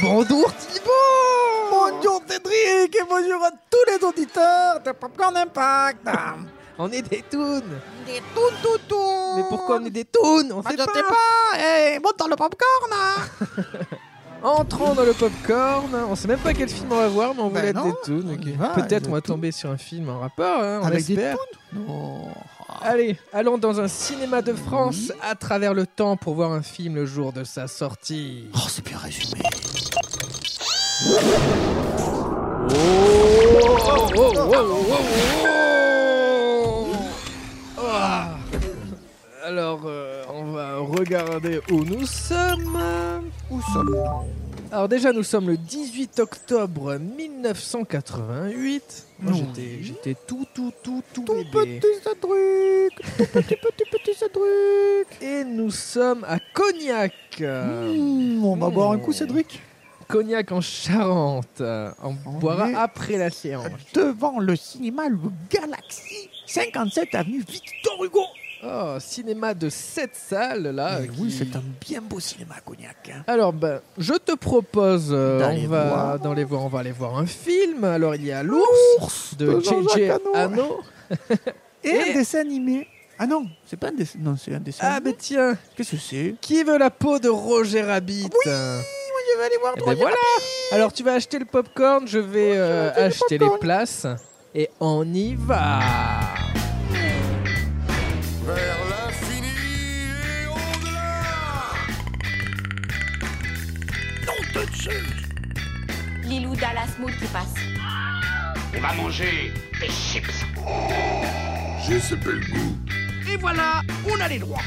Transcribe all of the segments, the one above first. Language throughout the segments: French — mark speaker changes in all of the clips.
Speaker 1: Bonjour Thibaut
Speaker 2: Bonjour Cédric et bonjour à tous les auditeurs de Popcorn Impact
Speaker 1: On est des toons
Speaker 2: Des tout tout tout
Speaker 1: Mais pourquoi on est des toons On
Speaker 2: Bah,
Speaker 1: sait
Speaker 2: je
Speaker 1: pas.
Speaker 2: sais pas Eh, monte dans le popcorn hein.
Speaker 1: Entrons dans le popcorn On sait même pas quel film on va voir, mais on
Speaker 2: Bah
Speaker 1: voulait être
Speaker 2: non,
Speaker 1: des toons.
Speaker 2: on y
Speaker 1: ok.
Speaker 2: va, avec
Speaker 1: Peut-être
Speaker 2: des
Speaker 1: on va
Speaker 2: toons.
Speaker 1: tomber sur un film en rapport, hein, on
Speaker 2: Avec des
Speaker 1: l'espère.
Speaker 2: Non
Speaker 1: Allez, allons dans un cinéma de France à travers le temps pour voir un film le jour de sa sortie.
Speaker 2: Oh, c'est bien résumé
Speaker 1: Oh, oh, oh, oh, oh, oh. Ah. Alors, euh, on va regarder où nous sommes.
Speaker 2: Où sommes-nous
Speaker 1: Alors déjà, nous sommes le 18 octobre 1988. Moi,
Speaker 2: Oui.
Speaker 1: j'étais, j'étais tout, tout, tout, tout,
Speaker 2: Tout
Speaker 1: bébé.
Speaker 2: petit Cédric Tout petit petit petit Cédric
Speaker 1: Et nous sommes à Cognac. Euh,
Speaker 2: Hmm, On va
Speaker 1: hmm.
Speaker 2: boire un coup Cédric
Speaker 1: Cognac en Charente. Euh, On
Speaker 2: On
Speaker 1: boira
Speaker 2: est-
Speaker 1: après la séance.
Speaker 2: Devant le cinéma Le Galaxy 57 avenue Victor Hugo
Speaker 1: Oh, cinéma de sept salles, là.
Speaker 2: Eh
Speaker 1: Ah, qui-
Speaker 2: Oui, c'est un bien beau cinéma à Cognac hein.
Speaker 1: Alors, ben, je te propose, euh,
Speaker 2: D'aller
Speaker 1: on va
Speaker 2: voir.
Speaker 1: dans les voir, on va aller voir un film. Alors, il y a l'ours de
Speaker 2: de Jean-Jacques
Speaker 1: JJ
Speaker 2: Hano.
Speaker 1: Hano.
Speaker 2: Et,
Speaker 1: Et-
Speaker 2: un dessin animé. Ah non, c'est pas un dessin. Non, c'est un dessin.
Speaker 1: Ah,
Speaker 2: animé.
Speaker 1: ben tiens,
Speaker 2: qu'est-ce que c'est
Speaker 1: qui veut la peau de Roger Rabbit hein
Speaker 2: Moi, je vais aller voir.
Speaker 1: Eh ben voilà. Alors, tu vas acheter le popcorn, je vais euh,
Speaker 2: acheter le
Speaker 1: acheter les
Speaker 2: popcorn.
Speaker 1: places et on y va.
Speaker 3: vers l'infini et au-delà.
Speaker 4: Lilou Dallas Mood qui passe.
Speaker 5: On va manger des chips.
Speaker 3: Je sais pas le goût.
Speaker 5: Et voilà, on a les droits.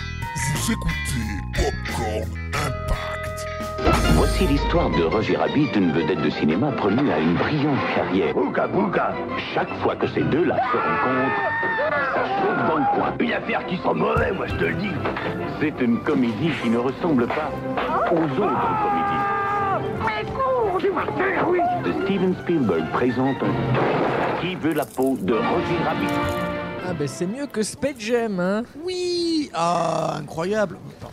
Speaker 3: Vous écoutez Popcorn Impact.
Speaker 6: Voici l'histoire de Roger Rabbit, une vedette de cinéma promue à une brillante carrière. Bouga, bouga Chaque fois que ces deux-là se rencontrent, ça chauffe dans le coin. Une affaire qui sent mauvais, moi je te le dis. C'est une comédie qui ne ressemble pas aux autres comédies. De Steven Spielberg présente Qui veut la peau de Roger Rabbit
Speaker 1: Ah, ben c'est mieux que Spade Jam, hein.
Speaker 2: Oui. Ah, incroyable. Attends.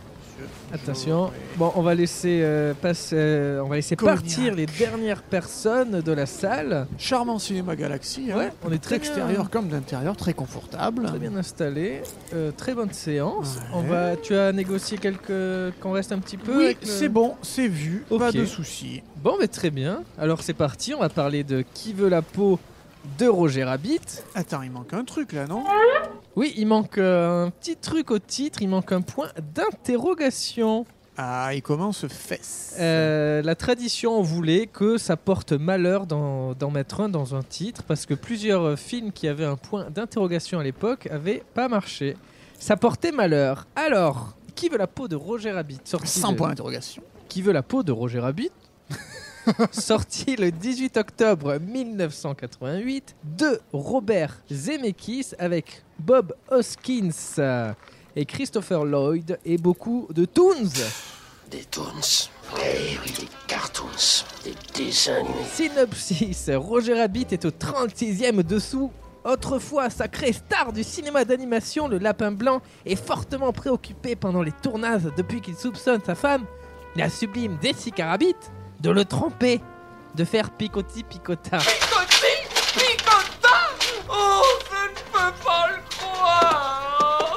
Speaker 1: Attention. Bon, on va laisser euh, passer, euh, on va laisser
Speaker 2: Cognac.
Speaker 1: partir les dernières personnes de la salle.
Speaker 2: Charmant cinéma Galaxy. hein.
Speaker 1: Ouais, on est
Speaker 2: Très
Speaker 1: très bien-
Speaker 2: extérieur comme d'intérieur, très confortable.
Speaker 1: Très bien installé, Euh, très bonne séance.
Speaker 2: Ouais.
Speaker 1: On va, tu as négocié quelques, qu'on reste un petit peu.
Speaker 2: Oui,
Speaker 1: avec le-
Speaker 2: c'est bon, c'est vu,
Speaker 1: Ok.
Speaker 2: pas de soucis.
Speaker 1: Bon, mais très bien. Alors c'est parti. On va parler de qui veut la peau de Roger Rabbit.
Speaker 2: Attends, il manque un truc là, non
Speaker 1: Oui, il manque euh, un petit truc au titre. Il manque un point d'interrogation.
Speaker 2: Ah, il commence fesse.
Speaker 1: Euh, la tradition voulait que ça porte malheur d'en d'en mettre un dans un titre parce que plusieurs euh, films qui avaient un point d'interrogation à l'époque avaient pas marché. Ça portait malheur. Alors, qui veut la peau de Roger Rabbit sorti
Speaker 2: Sans
Speaker 1: le-
Speaker 2: point d'interrogation.
Speaker 1: Qui veut la peau de Roger Rabbit Sorti le 18 octobre 1988 de Robert Zemeckis avec Bob Hoskins euh, et Christopher Lloyd et beaucoup de Toons.
Speaker 5: Des toons. Eh oui, des cartoons. Des dessins animés.
Speaker 1: Synopsis Roger Rabbit est au 36e dessous. Autrefois sacré star du cinéma d'animation, le Lapin Blanc est fortement préoccupé pendant les tournages depuis qu'il soupçonne sa femme, la sublime Jessica Rabbit, de le tromper, de faire picoti picota.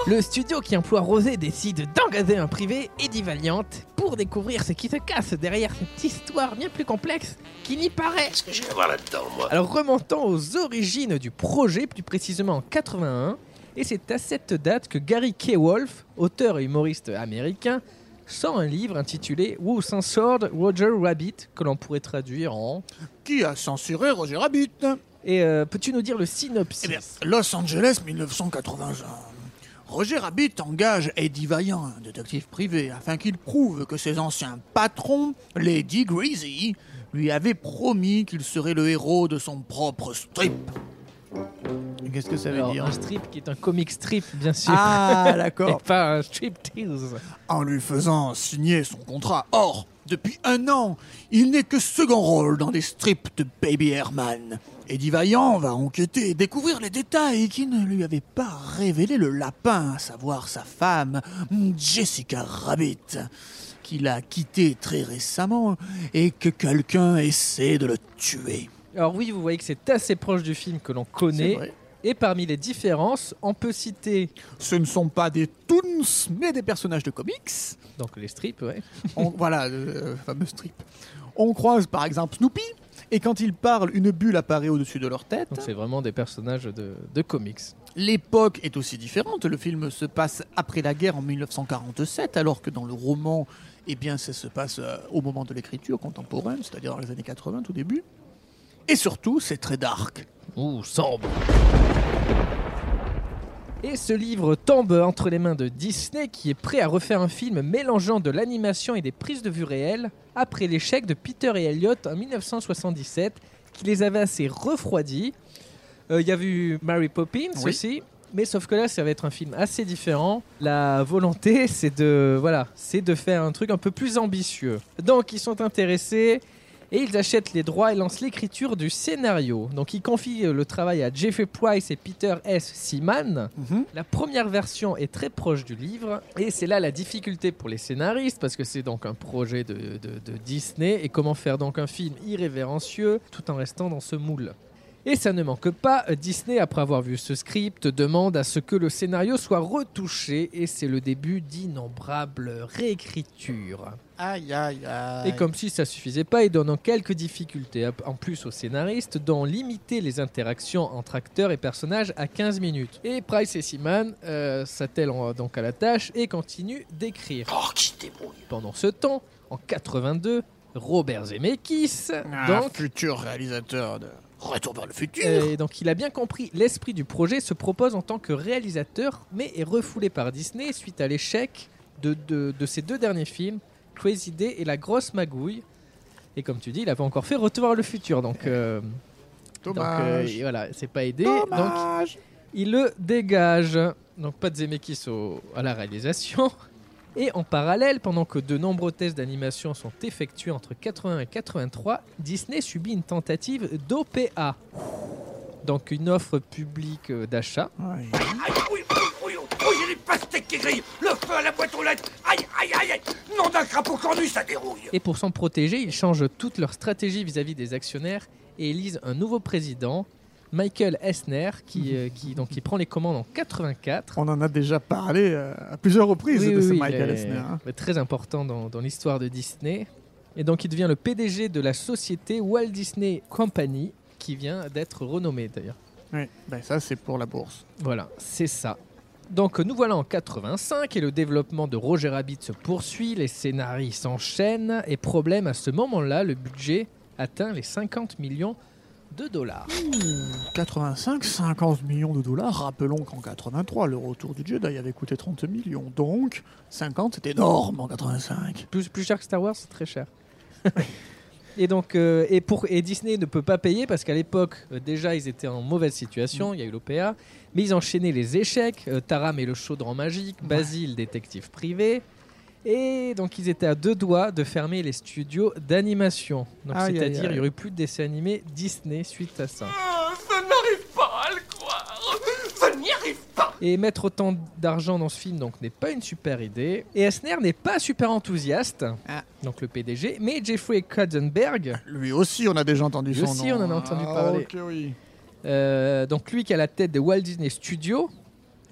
Speaker 1: Le studio qui emploie Rosé décide d'engager un privé, Eddie Valiant, pour découvrir ce qui se casse derrière cette histoire bien plus complexe qui n'y paraît.
Speaker 5: Qu'est-ce que j'ai à voir là-dedans, moi
Speaker 1: Alors remontant aux origines du projet, plus précisément en 81, et c'est à cette date que Gary K. Wolf, auteur et humoriste américain, sort un livre intitulé Who Censored Roger Rabbit, que l'on pourrait traduire en...
Speaker 2: Qui a censuré Roger Rabbit
Speaker 1: Et euh, peux-tu nous dire le
Speaker 2: Eh
Speaker 1: synopsis
Speaker 2: bien, Los Angeles, 1981. euh, Roger Rabbit engage Eddie Vaillant, un détective privé, afin qu'il prouve que ses anciens patrons, Lady Greasy, lui avaient promis qu'il serait le héros de son propre strip. Qu'est-ce que ça
Speaker 1: Alors, un strip qui est un comic strip, bien sûr,
Speaker 2: Ah,
Speaker 1: et
Speaker 2: d'accord.
Speaker 1: pas un strip tease.
Speaker 2: En lui faisant signer son contrat. Or, depuis un an, il n'est que second rôle dans les strips de Baby Herman. Eddie Vaillant va enquêter et découvrir les détails qui ne lui avaient pas révélé le lapin, à savoir sa femme, Jessica Rabbit, qu'il a quitté très récemment et que quelqu'un essaie de le tuer.
Speaker 1: Alors oui, vous voyez que c'est assez proche du film que l'on
Speaker 2: C'est
Speaker 1: connaît.
Speaker 2: vrai.
Speaker 1: Et parmi les différences, on peut citer
Speaker 2: Ce ne sont pas des toons, mais des personnages de comics.
Speaker 1: donc les strips, ouais.
Speaker 2: On- voilà, le fameux strip. On croise par exemple Snoopy, et quand il parle, une bulle apparaît au-dessus de leur tête.
Speaker 1: Donc c'est vraiment des personnages de, de comics.
Speaker 2: L'époque est aussi différente. Le film se passe après la guerre en 1947, alors que dans le roman, eh bien, ça se passe euh, au moment de l'écriture contemporaine, c'est-à-dire dans les années 80, tout début. Et surtout, c'est très dark.
Speaker 1: Ouh, sombre. Et ce livre tombe entre les mains de Disney qui est prêt à refaire un film mélangeant de l'animation et des prises de vue réelles après l'échec de Peter et Elliot en 1977 qui les avait assez refroidis. Euh, Il y avait eu Mary Poppins
Speaker 2: Oui.
Speaker 1: aussi, mais sauf que là ça va être un film assez différent. La volonté c'est de, voilà, c'est de faire un truc un peu plus ambitieux. Donc ils sont intéressés et ils achètent les droits et lancent l'écriture du scénario. Donc ils confient euh, le travail à Jeffrey Price et Peter S. Seaman. La première version est très proche du livre et c'est là la difficulté pour les scénaristes parce que c'est donc un projet de, de- de Disney et comment faire donc un film irrévérencieux tout en restant dans ce moule. Et ça ne manque pas, euh, Disney, après avoir vu ce script, demande à ce que le scénario soit retouché et c'est le début d'innombrables réécritures.
Speaker 2: Aïe, aïe, aïe.
Speaker 1: Et comme si ça suffisait pas, il donne quelques difficultés à- en plus aux scénaristes, dont limiter les interactions entre acteurs et personnages à 15 minutes. Et Price et Seaman euh, s'attellent euh, donc à la tâche et continuent d'écrire.
Speaker 5: Oh, qui se débrouille
Speaker 1: Pendant ce temps, en 82, Robert Zemeckis,
Speaker 2: Un
Speaker 1: donc,
Speaker 2: futur réalisateur de Retour vers le futur.
Speaker 1: euh, donc il a bien compris l'esprit du projet, se propose en tant que réalisateur, mais est refoulé par Disney suite à l'échec de, de, de ses deux derniers films, Crazy Day et La Grosse Magouille. Et comme tu dis, il avait encore fait Retour vers le futur, donc, euh, donc euh,
Speaker 2: Dommage.
Speaker 1: et voilà, c'est pas aidé. Donc
Speaker 2: Dommage.
Speaker 1: il le dégage. Donc pas de Zemeckis au- à la réalisation. Et en parallèle, pendant que de nombreux tests d'animation sont effectués entre 80 et 83, Disney subit une tentative d'OPA. Donc une offre publique euh, d'achat.
Speaker 2: Ouais.
Speaker 5: Aïe, oui, oui, oui, oui, il y a des pastèques qui grillent Le feu à la boîte aux lettres Aïe, aïe, aïe, aïe Nom d'un crapaud cornu, ça dérouille
Speaker 1: Et pour s'en protéger, ils changent toute leur stratégie vis-à-vis des actionnaires et élisent un nouveau président, Michael Esner, qui, euh, qui, donc, qui prend les commandes en 84.
Speaker 2: On en a déjà parlé euh, à plusieurs reprises
Speaker 1: Oui,
Speaker 2: de
Speaker 1: oui,
Speaker 2: ce
Speaker 1: oui,
Speaker 2: Michael
Speaker 1: il est-
Speaker 2: Eisner. hein.
Speaker 1: il est Très important dans, dans l'histoire de Disney. Et donc, il devient le PDG de la société Walt Disney Company, qui vient d'être renommée d'ailleurs.
Speaker 2: Ouais. Ben, ça, c'est pour la bourse.
Speaker 1: Voilà, c'est ça. Donc, nous voilà en 85 et le développement de Roger Rabbit se poursuit, les scénarios s'enchaînent et problème à ce moment-là, le budget atteint les 50 millions de dollars.
Speaker 2: 85, 50 millions de dollars. Rappelons qu'en 83, le retour du Jedi avait coûté 30 millions. Donc, 50, c'est énorme en 85.
Speaker 1: Plus, plus cher que Star Wars, c'est très cher. et donc, euh, et pour et Disney ne peut pas payer parce qu'à l'époque euh, déjà ils étaient en mauvaise situation. Il y a eu l'OPA, mais ils enchaînaient les échecs. Euh, Taram et le chaudron magique, Basile détective privé. Et donc ils étaient à deux doigts de fermer les studios d'animation. Donc
Speaker 2: Aïe, aïe,
Speaker 1: c'est-à-dire
Speaker 2: aïe.
Speaker 1: il y aurait plus de dessins animés Disney suite à ça.
Speaker 5: Je n'arrive pas à le croire Je n'y arrive pas
Speaker 1: Et mettre autant d'argent dans ce film donc n'est pas une super idée. Et Esner n'est pas super enthousiaste,
Speaker 2: Ah.
Speaker 1: donc le PDG, mais Jeffrey Katzenberg,
Speaker 2: Lui aussi, on a déjà entendu
Speaker 1: Lui
Speaker 2: son
Speaker 1: aussi,
Speaker 2: nom.
Speaker 1: on en a entendu
Speaker 2: Ah,
Speaker 1: parler.
Speaker 2: ok, oui.
Speaker 1: Euh, donc lui qui est à la tête de Walt Disney Studios.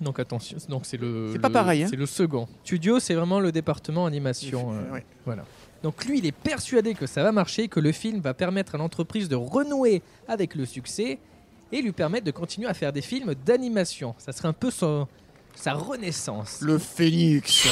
Speaker 1: Donc attention, donc c'est le.
Speaker 2: C'est pas
Speaker 1: le-
Speaker 2: pareil, hein.
Speaker 1: C'est le second. Studio, c'est vraiment le département animation.
Speaker 2: Le-
Speaker 1: euh,
Speaker 2: ouais.
Speaker 1: Voilà. Donc lui, il est persuadé que ça va marcher, que le film va permettre à l'entreprise de renouer avec le succès et lui permettre de continuer à faire des films d'animation. Ça serait un peu son- sa renaissance.
Speaker 2: Le phénix.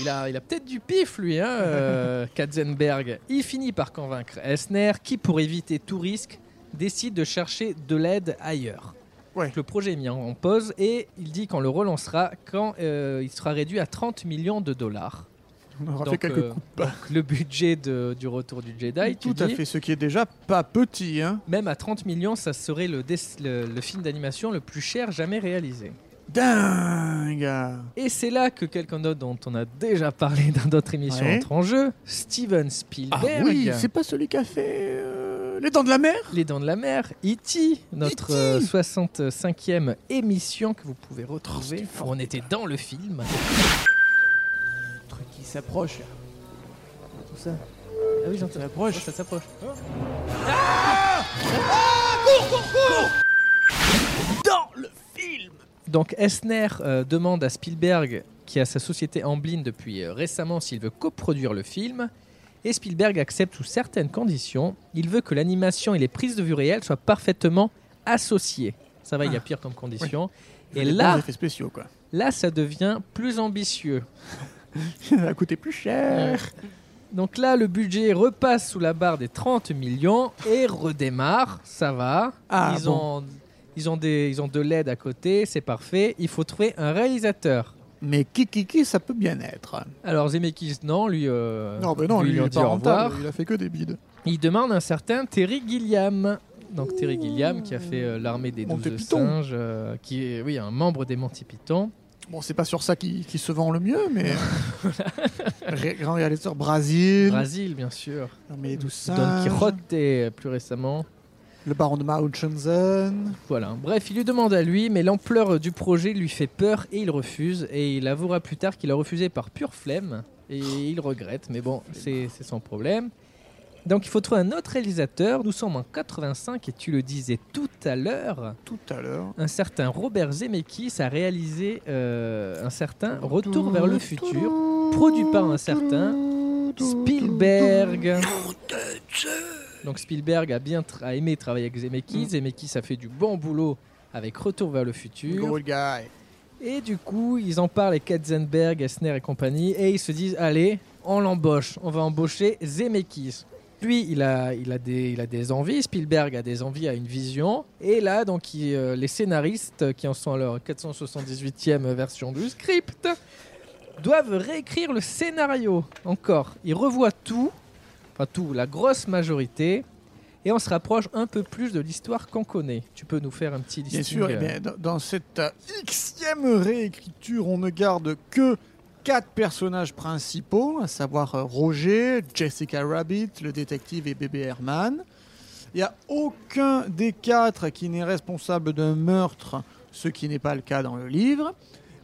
Speaker 1: Il a, il a peut-être du pif, lui, hein, euh, Katzenberg. Il finit par convaincre Esner, qui, pour éviter tout risque, décide de chercher de l'aide ailleurs.
Speaker 2: Ouais.
Speaker 1: Donc, Le projet est mis en pause et il dit qu'on le relancera quand euh, il sera réduit à 30 millions de dollars.
Speaker 2: On aura fait
Speaker 1: Donc,
Speaker 2: quelques
Speaker 1: euh,
Speaker 2: coupes.
Speaker 1: Le budget de- du retour du Jedi, tu
Speaker 2: Tout à
Speaker 1: dis.
Speaker 2: fait, ce qui est déjà pas petit. Hein.
Speaker 1: Même à 30 millions, ça serait le, dess- le- le film d'animation le plus cher jamais réalisé.
Speaker 2: Dingue.
Speaker 1: Et c'est là que quelqu'un d'autre dont on a déjà parlé dans d'autres émissions
Speaker 2: Ouais.
Speaker 1: entre en jeu, Steven
Speaker 2: Ah
Speaker 1: Spielberg.
Speaker 2: oui, c'est pas celui qui a fait euh, Les Dents de la Mer
Speaker 1: Les Dents de la Mer, E.T., notre
Speaker 2: E.T..
Speaker 1: euh, 65e émission que vous pouvez retrouver.
Speaker 2: Oh, c'était
Speaker 1: on était dans le film.
Speaker 2: truc qui s'approche.
Speaker 1: Tout ça. Ah oui, j'entends.
Speaker 2: Ça s'approche. Ah
Speaker 1: Ouais, ça s'approche.
Speaker 2: Dans le film
Speaker 1: Donc Esner euh, demande à Spielberg, qui a sa société Amblin depuis euh, récemment, s'il veut coproduire le film. Et Spielberg accepte sous certaines conditions. Il veut que l'animation et les prises de vue réelles soient parfaitement associées. Ça va, il y a
Speaker 2: Ah.
Speaker 1: pire comme condition. Et
Speaker 2: Des
Speaker 1: là,
Speaker 2: effets spéciaux, quoi.
Speaker 1: là, ça devient plus ambitieux.
Speaker 2: Ça va coûter plus cher.
Speaker 1: Donc là, le budget repasse sous la barre des 30 millions et redémarre. Ça va.
Speaker 2: Ah,
Speaker 1: ils,
Speaker 2: bon.
Speaker 1: ont, ils, ont des, ils ont de l'aide à côté, c'est parfait. Il faut trouver un réalisateur.
Speaker 2: Mais qui, qui, qui, ça peut bien être.
Speaker 1: Alors Zemeckis, non, lui, euh,
Speaker 2: Non, mais non, lui,
Speaker 1: lui, lui
Speaker 2: il
Speaker 1: on
Speaker 2: est
Speaker 1: dit
Speaker 2: pas
Speaker 1: au revoir.
Speaker 2: rentable. Il a fait que des bides.
Speaker 1: Il demande un certain Terry Gilliam. Donc Terry Gilliam qui a fait euh, l'armée des
Speaker 2: Monty
Speaker 1: douze
Speaker 2: Python.
Speaker 1: singes, euh, qui est oui un membre des Monty Python.
Speaker 2: Bon, c'est pas sur ça qui, qui se vend le mieux, mais. Ré- Grand réalisateur Brésil.
Speaker 1: Brasil bien sûr.
Speaker 2: Non, mais tout ça.
Speaker 1: Don Quixote euh, plus récemment.
Speaker 2: Le baron de Munchausen.
Speaker 1: Voilà, bref, il lui demande à lui, mais l'ampleur du projet lui fait peur et il refuse. Et il avouera plus tard qu'il a refusé par pure flemme et il regrette, mais bon, c'est c'est son problème. Donc il faut trouver un autre réalisateur. Nous sommes en 85 et tu le disais tout à l'heure.
Speaker 2: Tout à l'heure.
Speaker 1: Un certain Robert Zemeckis a réalisé euh, un certain Retour vers le futur, produit par un certain Spielberg. Donc Spielberg a bien tra- a aimé travailler avec Zemeckis. Zemeckis a fait du bon boulot avec Retour vers le futur.
Speaker 2: Good guy.
Speaker 1: Et du coup, ils en parlent avec Katzenberg, Esner et compagnie. Et ils se disent, allez, on l'embauche. On va embaucher Zemeckis. Lui, il a, il, a des, il a des envies. Spielberg a des envies, a une vision. Et là, donc, il, euh, les scénaristes, qui en sont à leur 478e version du script, doivent réécrire le scénario encore. Ils revoient tout, enfin tout, la grosse majorité, et on se rapproche un peu plus de l'histoire qu'on connaît. Tu peux nous faire un petit
Speaker 2: Bien
Speaker 1: listing
Speaker 2: sûr, eh
Speaker 1: euh,
Speaker 2: bien, dans, dans cette euh, xème réécriture, on ne garde que quatre personnages principaux, à savoir euh, Roger, Jessica Rabbit, le détective et bébé Herman. Il n'y a aucun des quatre qui n'est responsable d'un meurtre, ce qui n'est pas le cas dans le livre.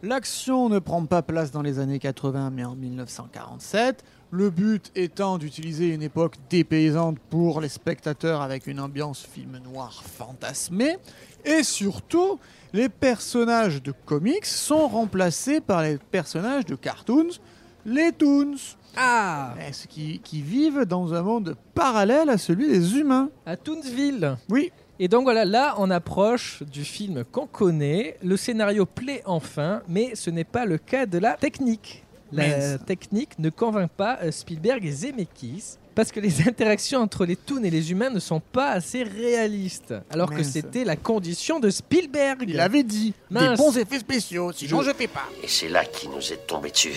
Speaker 2: L'action ne prend pas place dans les années 80, mais en 1947. Le but étant d'utiliser une époque dépaysante pour les spectateurs avec une ambiance film noir fantasmée. Et surtout, les personnages de comics sont remplacés par les personnages de cartoons, les Toons,
Speaker 1: Ah
Speaker 2: eh, ce qui, qui vivent dans un monde parallèle à celui des humains.
Speaker 1: À Toonsville
Speaker 2: Oui,
Speaker 1: Et donc voilà, là, on approche du film qu'on connaît. Le scénario plaît enfin, mais ce n'est pas le cas de la technique. La
Speaker 2: Mince.
Speaker 1: technique ne convainc pas euh, Spielberg et Zemeckis. Parce que les interactions entre les Toons et les humains ne sont pas assez réalistes. Alors que
Speaker 2: Mince.
Speaker 1: c'était la condition de Spielberg.
Speaker 2: il avait dit
Speaker 1: Mince.
Speaker 2: des bons effets spéciaux, sinon je fais pas.
Speaker 7: Et c'est là qu'il nous est tombé dessus.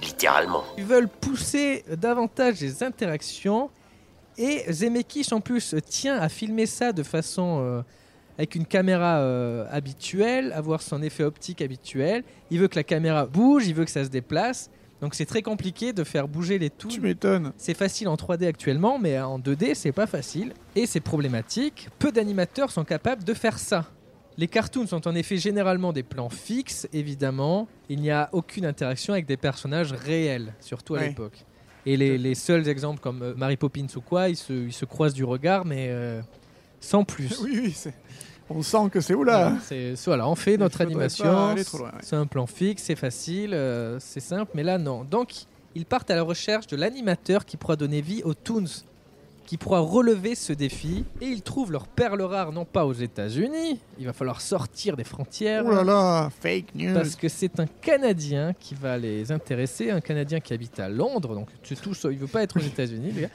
Speaker 7: Littéralement.
Speaker 1: Ils veulent pousser davantage les interactions. Et Zemeckis, en plus, tient à filmer ça de façon. euh, avec une caméra euh, habituelle, avoir son effet optique habituel. Il veut que la caméra bouge, il veut que ça se déplace. Donc c'est très compliqué de faire bouger les tout.
Speaker 2: Tu m'étonnes.
Speaker 1: C'est facile en 3D actuellement, mais en 2D, c'est pas facile. Et c'est problématique. Peu d'animateurs sont capables de faire ça. Les cartoons sont en effet généralement des plans fixes, évidemment. Il n'y a aucune interaction avec des personnages réels, surtout à
Speaker 2: Ouais.
Speaker 1: l'époque. Et les, les seuls exemples comme euh, Mary Poppins ou quoi, ils se, ils se croisent du regard, mais euh, sans plus.
Speaker 2: Oui, oui, c'est- on sent que c'est oula.
Speaker 1: Voilà, c'est c'est- voilà, on fait notre
Speaker 2: faudrait
Speaker 1: animation.
Speaker 2: pas aller trop loin, ouais.
Speaker 1: C'est un plan fixe, c'est facile, euh, c'est simple, mais là non. Donc ils partent à la recherche de l'animateur qui pourra donner vie aux Toons, qui pourra relever ce défi, et ils trouvent leur perle rare non pas aux États-Unis, il va falloir sortir des frontières.
Speaker 2: Oh là là, fake news.
Speaker 1: Parce que c'est un Canadien qui va les intéresser, un Canadien qui habite à Londres, donc tu touches, il veut pas être aux États-Unis, le gars.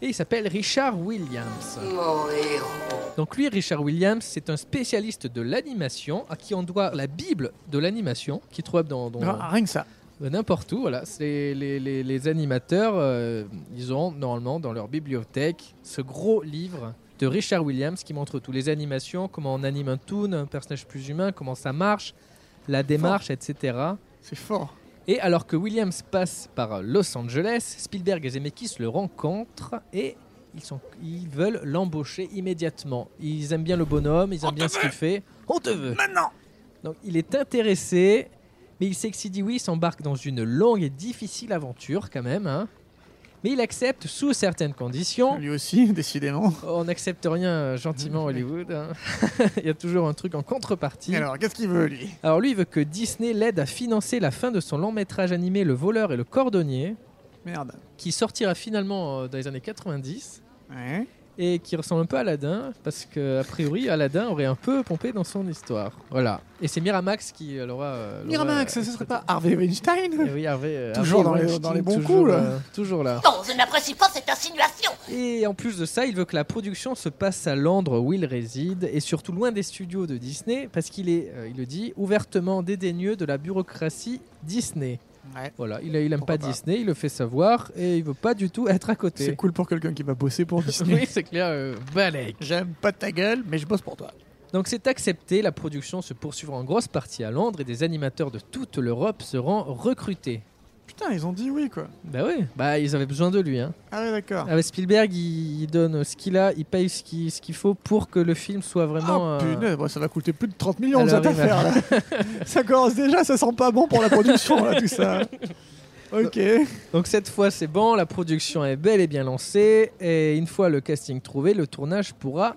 Speaker 1: Et il s'appelle Richard Williams.
Speaker 4: Mon héros.
Speaker 1: Donc lui, Richard Williams, c'est un spécialiste de l'animation à qui on doit la Bible de l'animation, qui est trouvable dans dans-
Speaker 2: Ah, rien que ça.
Speaker 1: euh, n'importe où. Voilà, c'est les, les- les animateurs, euh, ils ont normalement dans leur bibliothèque ce gros livre de Richard Williams qui montre toutes les animations, comment on anime un toon, un personnage plus humain, comment ça marche, la démarche, etc.
Speaker 2: C'est fort.
Speaker 1: Et alors que Williams passe par Los Angeles, Spielberg et Zemeckis le rencontrent et ils, sont, ils veulent l'embaucher immédiatement. Ils aiment bien le bonhomme, ils aiment bien ce qu'il fait. On te veut
Speaker 2: Maintenant
Speaker 1: Donc il est intéressé, mais Mais il sait que Sidi Louis s'embarque dans une longue et difficile aventure quand même. hein. Mais il accepte sous certaines conditions.
Speaker 2: Lui aussi, décidément.
Speaker 1: On n'accepte rien euh, gentiment à Hollywood. hein. il y a toujours un truc en contrepartie.
Speaker 2: Alors, qu'est-ce qu'il veut, lui
Speaker 1: Alors lui il veut que Disney l'aide à financer la fin de son long métrage animé Le voleur et le cordonnier,
Speaker 2: Merde.
Speaker 1: qui sortira finalement euh, dans les années 90
Speaker 2: Ouais.
Speaker 1: et qui ressemble un peu à Aladdin, parce que a priori Aladdin aurait un peu pompé dans son histoire. Voilà. Et c'est Miramax qui euh, l'aura. euh, l'aura,
Speaker 2: Miramax,
Speaker 1: euh,
Speaker 2: ce serait
Speaker 1: traité.
Speaker 2: pas Harvey Weinstein
Speaker 1: Eh oui, Harvey, euh,
Speaker 2: Toujours
Speaker 1: Harvey
Speaker 2: dans les-
Speaker 1: Weinstein,
Speaker 2: dans les bons
Speaker 1: toujours,
Speaker 2: coups, là.
Speaker 1: euh, toujours là.
Speaker 4: Non, je n'apprécie pas cette insinuation.
Speaker 1: Et en plus de ça, il veut que la production se passe à Londres où il réside et surtout loin des studios de Disney parce qu'il est, euh, il le dit, ouvertement dédaigneux de la bureaucratie Disney.
Speaker 2: Ouais.
Speaker 1: Voilà, il, il aime
Speaker 2: Pourquoi
Speaker 1: pas
Speaker 2: pas.
Speaker 1: Disney, il le fait savoir et il veut pas du tout être à
Speaker 2: C'est
Speaker 1: côté.
Speaker 2: cool pour quelqu'un qui va bosser pour Disney.
Speaker 1: Oui, c'est clair, euh, balègue.
Speaker 2: J'aime pas ta gueule, mais je bosse pour toi.
Speaker 1: Donc c'est accepté, la production se poursuivra en grosse partie à Londres et des animateurs de toute l'Europe seront recrutés.
Speaker 2: Putain, ils ont dit oui, quoi.
Speaker 1: Bah oui, bah ils avaient besoin de lui. Hein.
Speaker 2: Ah ouais, d'accord.
Speaker 1: Avec Spielberg, il, il donne ce qu'il a, il paye ce qu'il ce qu'il faut pour que le film soit vraiment.
Speaker 2: Ah,
Speaker 1: euh,
Speaker 2: punaise, bon, ça va coûter plus de 30 millions
Speaker 1: Alors,
Speaker 2: cette
Speaker 1: oui, bah.
Speaker 2: affaire là. ça commence déjà, ça sent pas bon pour la production là, tout ça. Ok.
Speaker 1: Donc cette fois c'est bon, la production est belle et bien lancée, et une fois le casting trouvé, le tournage pourra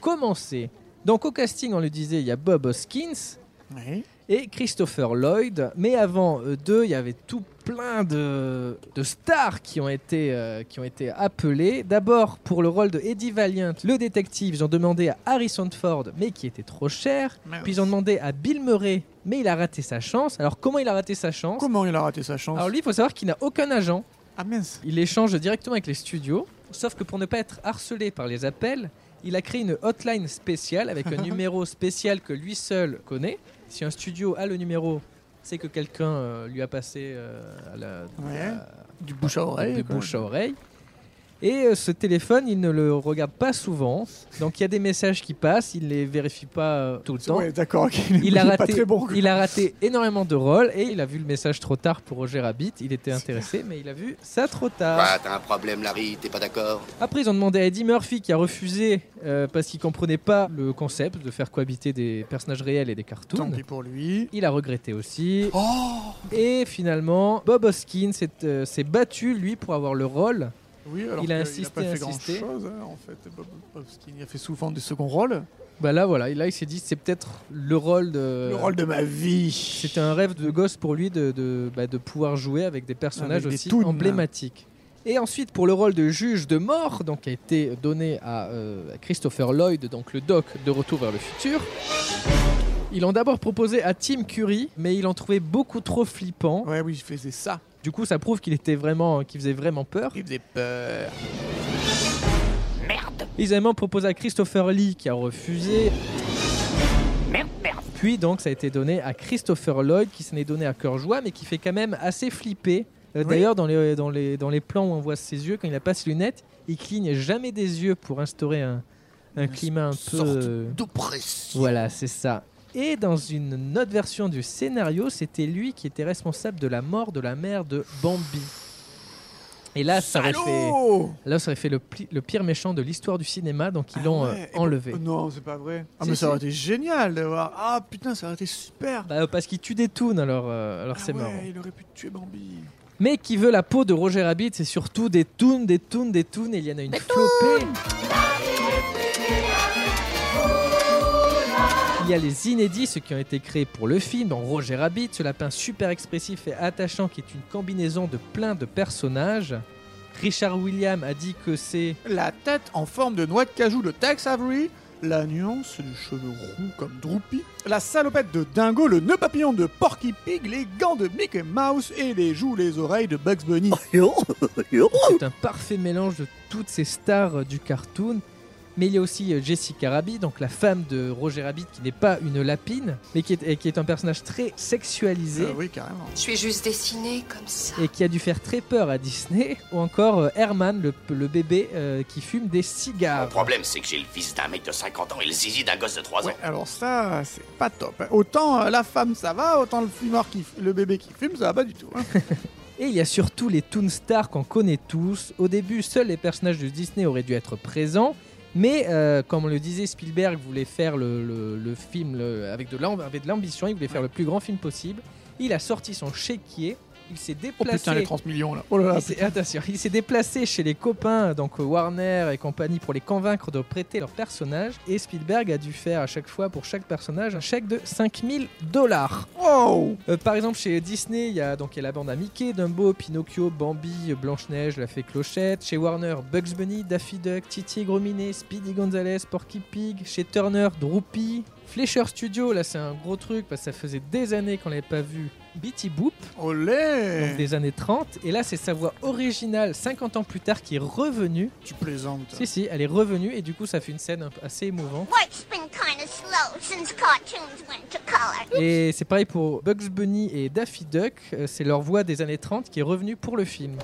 Speaker 1: commencer. Donc au casting, on le disait, il y a Bob Hoskins
Speaker 2: Oui.
Speaker 1: et Christopher Lloyd, mais avant eux deux, il y avait tout plein de, de stars qui ont été, euh, qui ont été appelées. D'abord pour le rôle de Eddie Valiant, le détective, ils ont demandé à Harrison Ford, mais qui était trop cher.
Speaker 2: Mince.
Speaker 1: Puis ils ont demandé à Bill Murray, mais il a raté sa chance. Alors comment il a raté sa chance
Speaker 2: Comment il a raté sa chance
Speaker 1: Alors lui, il faut savoir qu'il n'a aucun agent.
Speaker 2: Ah mince.
Speaker 1: Il échange directement avec les studios, sauf que pour ne pas être harcelé par les appels, il a créé une hotline spéciale avec un numéro spécial que lui seul connaît. Si un studio a le numéro, c'est que quelqu'un euh, lui a passé euh, à la,
Speaker 2: Ouais.
Speaker 1: à-
Speaker 2: Du bouche à oreille.
Speaker 1: de
Speaker 2: quoi.
Speaker 1: bouche à oreille. Et euh, ce téléphone, il ne le regarde pas souvent. Donc il y a des messages qui passent, il les vérifie pas euh, tout le temps.
Speaker 2: Ouais, d'accord. ok.
Speaker 1: Il a,
Speaker 2: Pas
Speaker 1: raté,
Speaker 2: très bon. quoi.
Speaker 1: il a raté énormément de rôles et il a vu le message trop tard pour Roger Rabbit. Il était intéressé, mais il a vu ça trop tard.
Speaker 7: Bah, t'as un problème, Larry, t'es pas d'accord
Speaker 1: Après, ils ont demandé à Eddie Murphy qui a refusé euh, parce qu'il comprenait pas le concept de faire cohabiter des personnages réels et des
Speaker 2: Tant
Speaker 1: cartoons.
Speaker 2: pis pour lui.
Speaker 1: Il a regretté aussi.
Speaker 2: Oh
Speaker 1: Et finalement, Bob Hoskins s'est euh, s'est battu, lui, pour avoir le rôle.
Speaker 2: Oui, alors
Speaker 1: Il a
Speaker 2: qu'il
Speaker 1: insisté,
Speaker 2: pas fait
Speaker 1: insisté.
Speaker 2: grand chose en fait. Bob Hopkins a fait souvent des seconds rôles.
Speaker 1: Bah là, voilà, et là, il s'est dit, c'est peut-être le rôle de...
Speaker 2: Le rôle de ma vie.
Speaker 1: Euh, C'était un rêve de gosse pour lui de, de, bah, de pouvoir jouer avec des
Speaker 2: Avec
Speaker 1: personnages
Speaker 2: des hein.
Speaker 1: aussi
Speaker 2: toons.
Speaker 1: emblématiques. Et ensuite, pour le rôle de juge de mort, donc, qui a été donné à euh, Christopher Lloyd, donc le doc de Retour vers le futur, ils l'ont d'abord proposé à Tim Curry, mais il en trouvait beaucoup trop flippant.
Speaker 2: Ouais, oui, il faisait ça.
Speaker 1: Du coup, ça prouve qu'il était vraiment, qu'il faisait vraiment peur.
Speaker 2: Il faisait peur.
Speaker 1: Ils avaient même proposé à Christopher Lee qui a refusé. Puis donc ça a été donné à Christopher Lloyd qui s'en est donné à cœur joie mais qui fait quand même assez flipper. Euh,
Speaker 2: Oui.
Speaker 1: D'ailleurs dans les, dans, les, dans les plans où on voit ses yeux quand il n'a pas ses lunettes, il cligne jamais des yeux pour instaurer un, un climat un peu...
Speaker 2: sorte
Speaker 1: euh,
Speaker 2: D'oppression.
Speaker 1: Voilà c'est ça. Et dans une autre version du scénario, c'était lui qui était responsable de la mort de la mère de Bambi. Et là, ça aurait fait...
Speaker 2: Salaud
Speaker 1: Là, ça aurait fait le, pli- le pire méchant de l'histoire du cinéma, donc ils
Speaker 2: Ah
Speaker 1: l'ont
Speaker 2: ouais,
Speaker 1: euh,
Speaker 2: et pour-
Speaker 1: enlevé.
Speaker 2: Oh non, c'est pas vrai. Ah,
Speaker 1: Si,
Speaker 2: mais ça aurait
Speaker 1: si.
Speaker 2: été génial de voir. Ah putain, ça aurait été super.
Speaker 1: Bah, euh, parce qu'il tue des toons, alors, euh, alors
Speaker 2: Ah
Speaker 1: c'est
Speaker 2: ouais,
Speaker 1: marrant.
Speaker 2: Il aurait pu tuer Bambi.
Speaker 1: Mais qui veut la peau de Roger Rabbit, c'est surtout des toons, des toons, des toons, et il y en a une flopée. Il y a les inédits, ceux qui ont été créés pour le film, dans Roger Rabbit, ce lapin super expressif et attachant qui est une combinaison de plein de personnages. Richard William a dit que c'est
Speaker 2: La tête en forme de noix de cajou de Tex Avery. La nuance du cheveu roux comme Droopy. La salopette de Dingo, le nœud papillon de Porky Pig, les gants de Mickey Mouse et les joues, les oreilles de Bugs
Speaker 1: Oh,
Speaker 2: Bunny.
Speaker 1: C'est un parfait mélange de toutes ces stars euh, du cartoon. Mais il y a aussi euh, Jessica Rabbit, donc la femme de Roger Rabbit, qui n'est pas une lapine, mais qui est, et qui est un personnage très sexualisé
Speaker 2: Ah oui, carrément.
Speaker 8: Je suis juste dessinée comme ça.
Speaker 1: et qui a dû faire très peur à Disney. Ou encore euh, Herman, le, le bébé euh, qui fume des
Speaker 7: Mon
Speaker 1: cigares.
Speaker 7: problème, c'est que j'ai le fils d'un mec de 50 ans et le zizi d'un gosse de
Speaker 1: Ah,
Speaker 7: 3
Speaker 2: Ouais,
Speaker 7: ans.
Speaker 2: alors ça, c'est pas top. hein. Autant euh, la femme, ça va, autant le fumeur qui, f- le bébé qui fume, ça va pas du tout.
Speaker 1: Oh,
Speaker 2: hein.
Speaker 1: Et il y a surtout les Toon Stars qu'on connaît tous. Au début, seuls les personnages de Disney auraient dû être présents. Mais euh, comme on le disait, Spielberg voulait faire le, le- le film le- avec de l'am- avec de l'ambition, il voulait faire le plus grand film possible. Il a sorti son chéquier, il s'est
Speaker 2: Oh
Speaker 1: déplacé.
Speaker 2: putain, les 30 millions là. Oh là là.
Speaker 1: Il s'est- attention, il s'est déplacé chez les copains, donc euh, Warner et compagnie, pour les convaincre de prêter leurs personnages. Et Spielberg a dû faire à chaque fois, pour chaque personnage, un chèque de 5000 dollars.
Speaker 2: Wow
Speaker 1: Euh, par exemple, chez Disney, il y a donc il y a la bande à Mickey, Dumbo, Pinocchio, Bambi, euh, Blanche-Neige, la fée Clochette. Chez Warner, Bugs Bunny, Daffy Duck, Titi et Gros Minet, Speedy Gonzales, Porky Pig. Chez Turner, Droopy. Fleischer Studio, là c'est un gros truc parce que ça faisait des années qu'on l'avait pas vu. Bitty Boop, donc
Speaker 2: Olé
Speaker 1: des années 30. Et là, c'est sa voix originale 50 ans plus tard qui est revenue.
Speaker 2: Tu plaisantes.
Speaker 1: Si, si, elle est revenue et du coup, ça fait une scène un peu- assez émouvante.
Speaker 9: Work's been kinda slow since cartoons went to color.
Speaker 1: Et c'est pareil pour Bugs Bunny et Daffy Duck. euh, C'est leur voix des années 30 qui est revenue pour le film.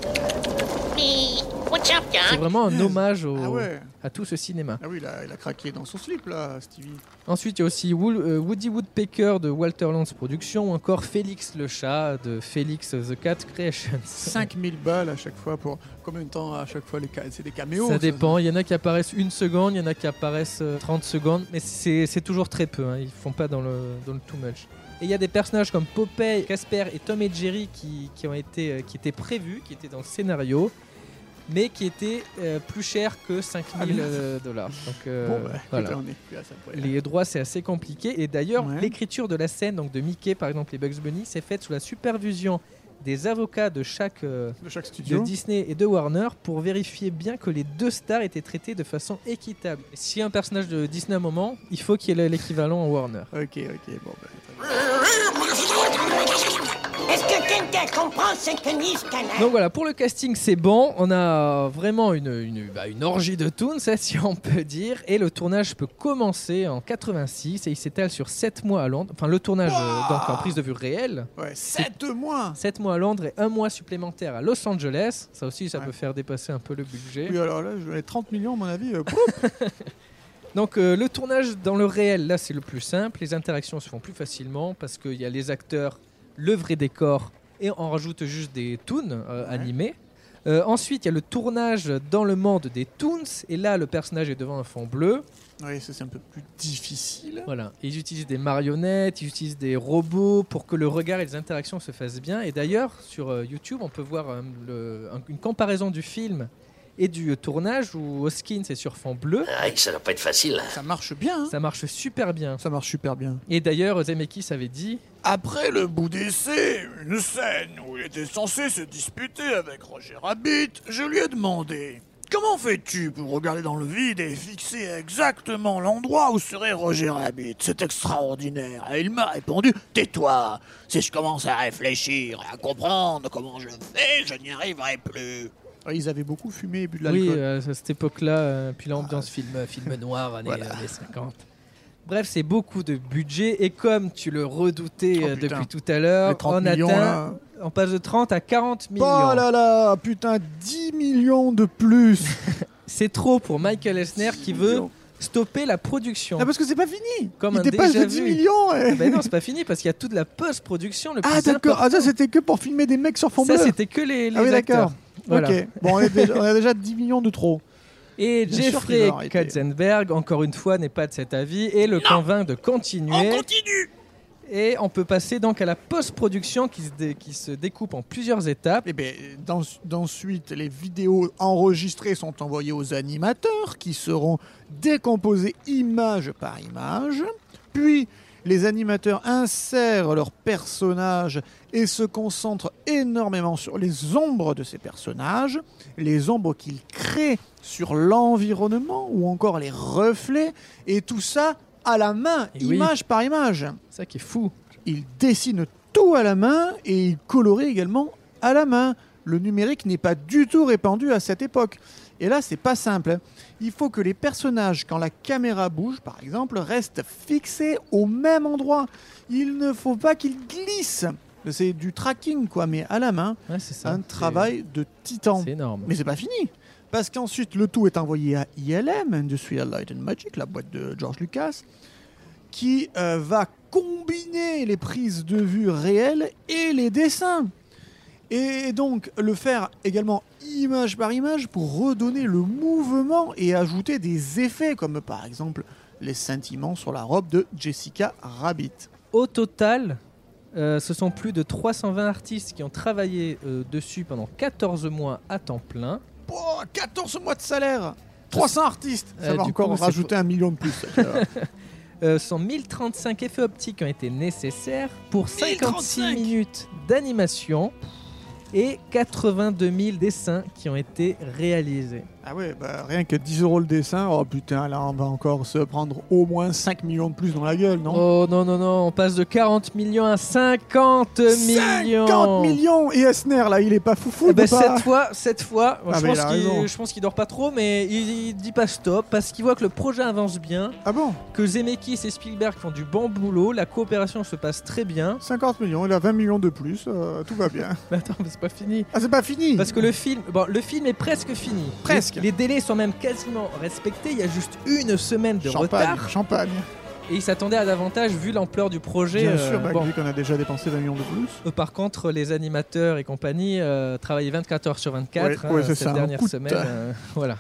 Speaker 4: Me, what's up,
Speaker 1: C'est
Speaker 4: Doc?
Speaker 1: vraiment un
Speaker 2: punaise.
Speaker 1: hommage au-
Speaker 2: Ah ouais
Speaker 1: à tout ce cinéma.
Speaker 2: Ah oui, il a, il a craqué dans son slip là, Stevie.
Speaker 1: Ensuite, il y a aussi Wool- euh, Woody Woodpecker de Walter Lantz Productions ou encore Félix le chat de Félix the Cat Creations.
Speaker 2: 5000 balles à chaque fois pour. Combien de temps à chaque fois les ca- C'est des caméos
Speaker 1: Ça dépend, il y en a qui apparaissent une seconde, il y en a qui apparaissent euh, 30 secondes, mais c'est c'est toujours très peu, hein, ils font pas dans le, dans le too much. Et il y a des personnages comme Popeye, Casper et Tom et Jerry qui, qui ont été, euh, qui étaient prévus, qui étaient dans le scénario, mais qui étaient euh, plus chers que 5000
Speaker 2: Ah, merde.
Speaker 1: dollars. Donc, euh,
Speaker 2: Bon, bah, écoute,
Speaker 1: voilà.
Speaker 2: là, on est plus à ça près.
Speaker 1: Les droits, c'est assez compliqué. Et d'ailleurs,
Speaker 2: Ouais.
Speaker 1: l'écriture de la scène, donc de Mickey par exemple et Bugs Bunny, c'est faite sous la supervision des avocats de chaque euh,
Speaker 2: hein, De chaque
Speaker 1: de
Speaker 2: studio.
Speaker 1: Disney et de Warner pour vérifier bien que les deux stars étaient traitées de façon équitable. Si un personnage de Disney à un moment, il faut qu'il y ait l'équivalent en Warner.
Speaker 2: Ok, ok, bon, bah, très bien.
Speaker 4: Est-ce que quelqu'un comprend ce que disent
Speaker 1: Donc voilà, pour le casting, c'est bon. On a vraiment une, une, bah, une orgie de tunes, ça, si on peut dire. Et le tournage peut commencer en 86 et il s'étale sur 7 mois à Londres. Enfin, le tournage, euh, donc en prise de vue réelle.
Speaker 2: Ouais, 7 mois
Speaker 1: 7 mois à Londres et un mois supplémentaire à Los Angeles. Ça aussi, ça
Speaker 2: Ouais.
Speaker 1: peut faire dépasser un peu le budget.
Speaker 2: Oui, alors là, je vais 30 millions à mon avis. euh,
Speaker 1: Donc euh, le tournage dans le réel, là c'est le plus simple, les interactions se font plus facilement parce qu'il y a les acteurs, le vrai décor et on rajoute juste des toons euh,
Speaker 2: Ouais.
Speaker 1: animés. Euh, ensuite il y a le tournage dans le monde des toons et là le personnage est devant un fond bleu.
Speaker 2: Oui, ça, c'est un peu plus difficile.
Speaker 1: Voilà, ils utilisent des marionnettes, ils utilisent des robots pour que le regard et les interactions se fassent bien. Et d'ailleurs, sur euh, YouTube, on peut voir euh, le- un- une comparaison du film et du euh, tournage où Hoskins est sur fond bleu.
Speaker 7: Aïe, ça doit pas être facile.
Speaker 2: Ça marche bien, hein
Speaker 1: Ça marche super bien.
Speaker 2: Ça marche super bien.
Speaker 1: Et d'ailleurs, Zemeckis avait dit
Speaker 2: Après le bout d'essai, une scène où il était censé se disputer avec Roger Rabbit, je lui ai demandé Comment fais-tu pour regarder dans le vide et fixer exactement l'endroit où serait Roger Rabbit C'est extraordinaire. Et il m'a répondu Tais-toi Si je commence à réfléchir et à comprendre comment je fais, je n'y arriverai plus. Ah, Ils avaient beaucoup fumé et bu de Ah,
Speaker 1: Oui, euh, à cette époque-là, euh, puis l'ambiance film, film noir, années,
Speaker 2: Voilà.
Speaker 1: années 50. Bref, c'est beaucoup de budget et comme tu le redoutais
Speaker 2: Oh,
Speaker 1: euh,
Speaker 2: putain.
Speaker 1: depuis tout à l'heure,
Speaker 2: Les 30
Speaker 1: on
Speaker 2: millions, hein.
Speaker 1: atteint,
Speaker 2: là.
Speaker 1: on passe de 30 à 40 millions.
Speaker 2: Oh là là, putain, 10 millions de plus
Speaker 1: C'est trop pour Michael Esner qui veut stopper la production.
Speaker 2: Ah parce que c'est pas fini
Speaker 1: Comme
Speaker 2: Il
Speaker 1: un
Speaker 2: dépasse
Speaker 1: déjà
Speaker 2: les 10
Speaker 1: vu.
Speaker 2: millions eh.
Speaker 1: Ah ben non, c'est pas fini parce qu'il y a toute la post-production. Le
Speaker 2: Ah
Speaker 1: plus
Speaker 2: d'accord,
Speaker 1: important.
Speaker 2: ah ça c'était que pour filmer des mecs sur fond
Speaker 1: Ça,
Speaker 2: bleu
Speaker 1: c'était que les, les
Speaker 2: Ah oui
Speaker 1: acteurs.
Speaker 2: d'accord,
Speaker 1: Voilà.
Speaker 2: ok. Bon on, est déjà, on a déjà 10 millions de trop.
Speaker 1: Et
Speaker 2: Bien sûr qu'il va
Speaker 1: Jeffrey
Speaker 2: arrêter.
Speaker 1: Katzenberg, encore une fois, n'est pas de cet avis et le convainc de continuer.
Speaker 5: On continue
Speaker 1: Et on peut passer donc à la post-production qui, se dé- qui se découpe en plusieurs étapes.
Speaker 2: Et bien eh ben, dans, ensuite les vidéos enregistrées sont envoyées aux animateurs qui seront décomposées image par image. Puis les animateurs insèrent leurs personnages et se concentrent énormément sur les ombres de ces personnages, les ombres qu'ils créent sur l'environnement ou encore les reflets, et tout ça à la main,
Speaker 1: Et oui.
Speaker 2: image par image.
Speaker 1: C'est ça qui est fou.
Speaker 2: Il dessine tout à la main et il colorait également à la main. Le numérique n'est pas du tout répandu à cette époque. Et là, c'est pas simple. hein. Il faut que les personnages, quand la caméra bouge, par exemple, restent fixés au même endroit. Il ne faut pas qu'ils glissent. C'est du tracking, quoi, mais à la main.
Speaker 1: Ouais, c'est ça.
Speaker 2: Un
Speaker 1: C'est-
Speaker 2: travail de titan.
Speaker 1: C'est énorme.
Speaker 2: Mais c'est pas fini. Parce qu'ensuite, le tout est envoyé à ILM, Industrial Light and Magic, la boîte de George Lucas, qui euh, va combiner les prises de vue réelles et les dessins. Et donc le faire également image par image pour redonner le mouvement et ajouter des effets, comme par exemple les sentiments sur la robe de Jessica Rabbit.
Speaker 1: Au total, Euh, ce sont plus de 320 artistes qui ont travaillé euh, dessus pendant 14 mois à temps plein.
Speaker 2: Oh, 14 mois de salaire 300 artistes Ça
Speaker 1: Euh,
Speaker 2: va
Speaker 1: du
Speaker 2: encore
Speaker 1: coup, c'est
Speaker 2: rajouter un million de plus.
Speaker 1: Euh, sont 1035 effets optiques ont été nécessaires pour 56
Speaker 2: 1035.
Speaker 1: minutes d'animation et 82 000 dessins qui ont été réalisés.
Speaker 2: ah ouais, bah, rien que 10 euros le dessin, oh putain, là on va encore se prendre au moins 5 millions de plus dans la gueule, non
Speaker 1: Oh non, non, non, on passe de 40 millions à 50 millions
Speaker 2: 50 millions Et Esner, là, il est pas foufou
Speaker 1: Eh ben,
Speaker 2: ou pas
Speaker 1: cette fois, cette fois,
Speaker 2: Ah,
Speaker 1: je,
Speaker 2: mais il
Speaker 1: pense
Speaker 2: a raison.
Speaker 1: qu'il, je pense qu'il dort pas trop, mais il, il dit pas stop parce qu'il voit que le projet avance bien,
Speaker 2: Ah bon
Speaker 1: que Zemeckis et Spielberg font du bon boulot, la coopération se passe très bien.
Speaker 2: 50 millions, il a 20 millions de plus, euh, tout va bien.
Speaker 1: Mais attends, mais c'est pas fini.
Speaker 2: Ah, c'est pas fini
Speaker 1: Parce que le film, bon, le film est presque fini.
Speaker 2: Presque.
Speaker 1: Les, les délais sont même quasiment respectés. Il y a juste une semaine de
Speaker 2: champagne,
Speaker 1: retard
Speaker 2: champagne.
Speaker 1: et il s'attendait à davantage vu l'ampleur du projet.
Speaker 2: Bien
Speaker 1: euh,
Speaker 2: sûr, bah,
Speaker 1: bon.
Speaker 2: vu qu'on a déjà dépensé 20 millions de plus.
Speaker 1: Euh, Par contre, les animateurs et compagnie euh, travaillaient 24 heures sur 24
Speaker 2: Ouais, ouais, c'est
Speaker 1: cette
Speaker 2: ça, un
Speaker 1: dernière
Speaker 2: coup de
Speaker 1: semaine.
Speaker 2: tas.
Speaker 1: euh, voilà.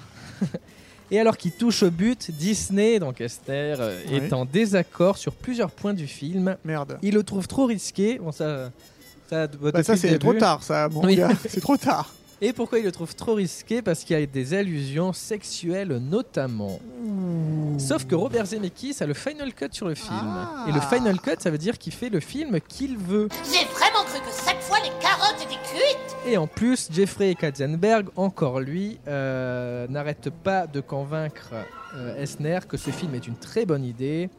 Speaker 1: et alors qu'ils touchent au but, Disney, donc Esther, euh,
Speaker 2: Ouais.
Speaker 1: est en désaccord sur plusieurs points du film.
Speaker 2: Merde.
Speaker 1: Il le trouve trop risqué. Bon, ça, ça, bah,
Speaker 2: Bah,
Speaker 1: depuis
Speaker 2: ça,
Speaker 1: le
Speaker 2: c'est
Speaker 1: début.
Speaker 2: trop tard, ça, mon
Speaker 1: Oui.
Speaker 2: gars. C'est trop tard.
Speaker 1: Et pourquoi il le trouve trop risqué Parce qu'il y a des allusions sexuelles notamment. Sauf que Robert Zemeckis a le final cut sur le film.
Speaker 2: Ah.
Speaker 1: Et le final cut, ça veut dire qu'il fait le film qu'il veut.
Speaker 4: J'ai vraiment cru que cette fois les carottes étaient cuites
Speaker 1: Et en plus, Jeffrey Katzenberg, encore lui, euh, n'arrête pas de convaincre euh, Esner que ce film est une très bonne idée.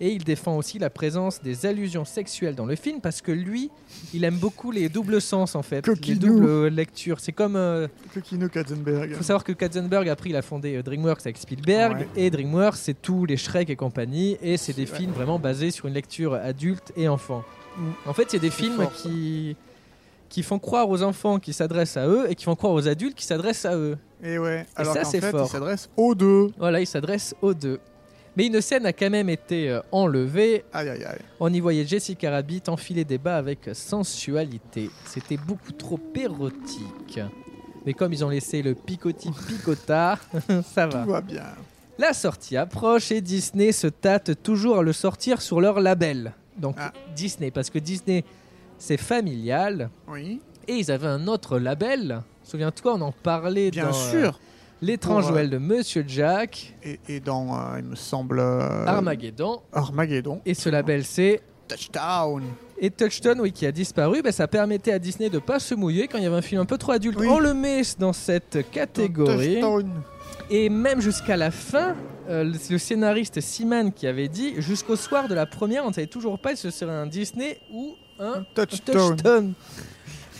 Speaker 1: Et il défend aussi la présence des allusions sexuelles dans le film parce que lui, il aime beaucoup les doubles sens en fait, les
Speaker 2: Coquinou.
Speaker 1: doubles lectures. C'est comme euh,
Speaker 2: Coquino Katzenberg.
Speaker 1: Il faut savoir que Katzenberg, après, il a fondé euh, DreamWorks avec Spielberg.
Speaker 2: Ouais.
Speaker 1: Et DreamWorks, c'est tous les Shrek et compagnie. Et c'est des
Speaker 2: C'est vrai.
Speaker 1: films vraiment basés sur une lecture adulte et enfant.
Speaker 2: Mm.
Speaker 1: En fait, c'est des films
Speaker 2: fort, ça.
Speaker 1: qui, qui font croire aux enfants qui s'adressent à eux et qui font croire aux adultes qui s'adressent à eux.
Speaker 2: Et ouais, alors
Speaker 1: ça,
Speaker 2: qu'en
Speaker 1: c'est
Speaker 2: fait,
Speaker 1: fort.
Speaker 2: il s'adresse aux deux.
Speaker 1: Voilà, ils s'adressent aux deux. Mais une scène a quand même été euh, enlevée.
Speaker 2: Aïe, aïe, aïe.
Speaker 1: On y voyait Jessica Rabbit enfiler des bas avec sensualité. C'était beaucoup trop érotique. Mais comme ils ont laissé le picoti picotard, ça va.
Speaker 2: Tout va bien.
Speaker 1: La sortie approche et Disney se tâte toujours à le sortir sur leur label. Donc
Speaker 2: Ah.
Speaker 1: Disney, parce que Disney, c'est familial.
Speaker 2: Oui,
Speaker 1: Et ils avaient un autre label. Souviens-toi, on en parlait
Speaker 2: bien
Speaker 1: dans euh,
Speaker 2: sûr.
Speaker 1: L'étrange
Speaker 2: Pour, euh,
Speaker 1: Noël de Monsieur Jack,
Speaker 2: Et, et dans, euh, il me semble. euh,
Speaker 1: Armageddon.
Speaker 2: Armageddon.
Speaker 1: Et ce label, c'est...
Speaker 2: Touchdown.
Speaker 1: Et Touchstone, oui, qui a disparu, ben, ça permettait à Disney de pas se mouiller quand il y avait un film un peu trop adulte.
Speaker 2: Oui.
Speaker 1: On le met dans cette catégorie.
Speaker 2: Touchdown.
Speaker 1: Et même jusqu'à la fin, euh, le, le scénariste Seaman qui avait dit jusqu'au soir de la première, on ne savait toujours pas si ce serait un Disney ou un
Speaker 2: Touchdown.
Speaker 1: Touchstone.